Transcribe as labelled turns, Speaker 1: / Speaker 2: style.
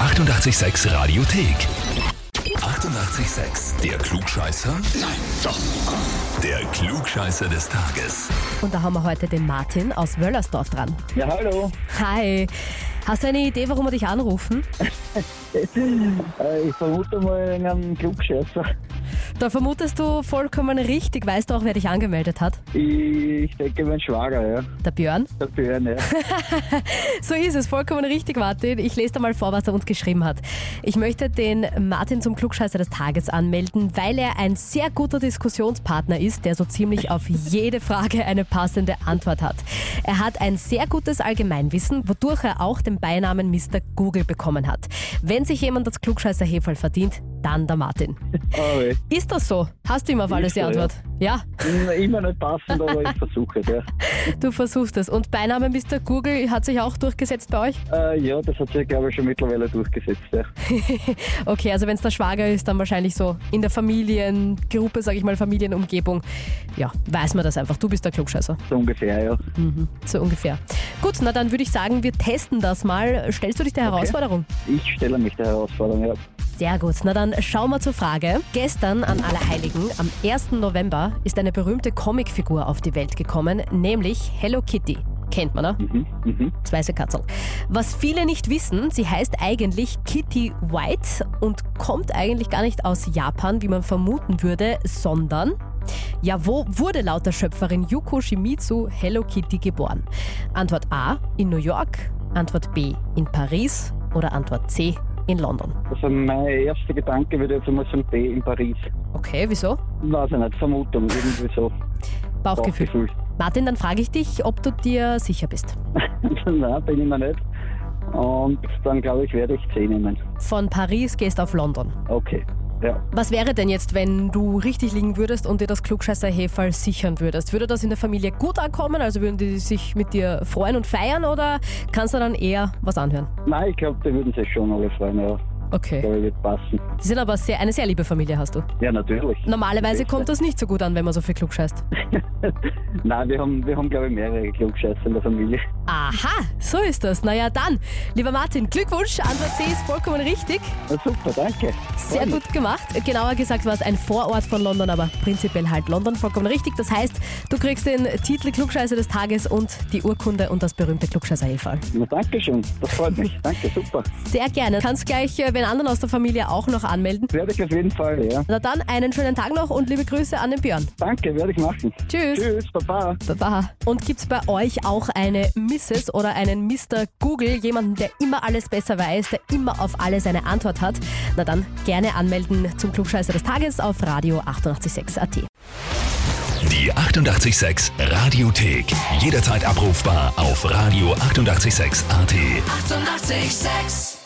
Speaker 1: 886 Radiothek. 88,6. Der Klugscheißer? Nein, doch. Der Klugscheißer des Tages.
Speaker 2: Und da haben wir heute den Martin aus Wöllersdorf dran.
Speaker 3: Ja, hallo.
Speaker 2: Hi. Hast du eine Idee, warum wir dich anrufen?
Speaker 3: Äh, Ich vermute mal einen Klugscheißer.
Speaker 2: Da vermutest du vollkommen richtig. Weißt du auch, wer dich angemeldet hat?
Speaker 3: Ich denke, mein Schwager, ja.
Speaker 2: Der Björn.
Speaker 3: Der Björn, ja.
Speaker 2: So ist es, vollkommen richtig, Martin. Ich lese da mal vor, was er uns geschrieben hat. Ich möchte den Martin zum Klugscheißer des Tages anmelden, weil er ein sehr guter Diskussionspartner ist, der so ziemlich auf jede Frage eine passende Antwort hat. Er hat ein sehr gutes Allgemeinwissen, wodurch er auch den Beinamen Mr. Google bekommen hat. Wenn sich jemand das Klugscheißer Hefel verdient, dann der Martin.
Speaker 3: Aber ich-
Speaker 2: Ist das so? Hast du ihm auf alles die
Speaker 3: so, ja.
Speaker 2: Antwort? Ja,
Speaker 3: Hm, immer nicht passend, aber ich versuche es, ja.
Speaker 2: du versuchst es. Und Beiname Mr. Google hat sich auch durchgesetzt bei euch?
Speaker 3: Äh, ja, das hat sich, glaube ich, schon mittlerweile durchgesetzt, ja.
Speaker 2: Okay, also wenn es der Schwager ist, dann wahrscheinlich so in der Familiengruppe, sag ich mal, Familienumgebung. Ja, weiß man das einfach. Du bist der Klugscheißer.
Speaker 3: So ungefähr, ja.
Speaker 2: So ungefähr. Gut, na dann würde ich sagen, wir testen das mal. Stellst du dich der Herausforderung?
Speaker 3: Ich stelle mich der Herausforderung, ja.
Speaker 2: Sehr gut. Na dann schauen wir zur Frage. Gestern an Allerheiligen, am 1. November, ist eine berühmte Comicfigur auf die Welt gekommen, nämlich Hello Kitty. Kennt man, ne?
Speaker 3: Mhm, mhm.
Speaker 2: Das weiße Katzel. Was viele nicht wissen, sie heißt eigentlich Kitty White und kommt eigentlich gar nicht aus Japan, wie man vermuten würde, sondern. Ja, wo wurde laut der Schöpferin Yuko Shimizu Hello Kitty geboren? Antwort A in New York, Antwort B in Paris oder Antwort C in London?
Speaker 3: Also mein erster Gedanke würde jetzt einmal sein B in Paris.
Speaker 2: Okay, wieso?
Speaker 3: Weiß ich nicht, Vermutung, irgendwie so.
Speaker 2: Bauchgefühl. Martin, dann frage ich dich, ob du dir sicher bist.
Speaker 3: Nein, bin ich mir nicht. Und dann, glaube ich, werde ich C nehmen.
Speaker 2: Von Paris gehst auf London.
Speaker 3: Okay, ja.
Speaker 2: Was wäre denn jetzt, wenn du richtig liegen würdest und dir das klugscheißer Heferl sichern würdest? Würde das in der Familie gut ankommen? Also würden die sich mit dir freuen und feiern oder kannst du dann eher was anhören?
Speaker 3: Nein, ich glaube, die würden sich schon alle freuen, ja. Ich
Speaker 2: Okay.
Speaker 3: glaube, wird passen.
Speaker 2: Die sind aber sehr, eine sehr liebe Familie, hast du.
Speaker 3: Ja, natürlich.
Speaker 2: Normalerweise kommt das nicht so gut an, wenn man so viel klugscheißt.
Speaker 3: Nein, wir haben, wir haben glaube ich, mehrere Klugscheißer in der Familie.
Speaker 2: Aha, so ist das. Naja, dann, lieber Martin, Glückwunsch. Antwort C ist vollkommen richtig.
Speaker 3: Na, super, danke.
Speaker 2: Sehr
Speaker 3: Freut mich.
Speaker 2: gut gemacht. Genauer gesagt war es ein Vorort von London, aber prinzipiell halt London, vollkommen richtig. Das heißt, du kriegst den Titel Klugscheißer des Tages und die Urkunde und das berühmte klugscheißer -Heferl.
Speaker 3: Na, danke schön, das freut mich. Danke, super.
Speaker 2: Sehr gerne. Kannst gleich äh, wen anderen aus der Familie auch noch anmelden.
Speaker 3: Werde ich auf jeden Fall, ja.
Speaker 2: Na dann, einen schönen Tag noch und liebe Grüße an den Björn.
Speaker 3: Danke, werde ich machen.
Speaker 2: Tschüss.
Speaker 3: Tschüss, Baba.
Speaker 2: Baba. Und gibt's bei euch auch eine Mrs. oder einen Mr. Google, jemanden, der immer alles besser weiß, der immer auf alles eine Antwort hat? Na dann gerne anmelden zum Klugscheißer des Tages auf Radio 886 AT.
Speaker 1: Die 88,6 Radiothek. Jederzeit abrufbar auf radio886.at. 88,6.
Speaker 4: Eighty-eight, sex.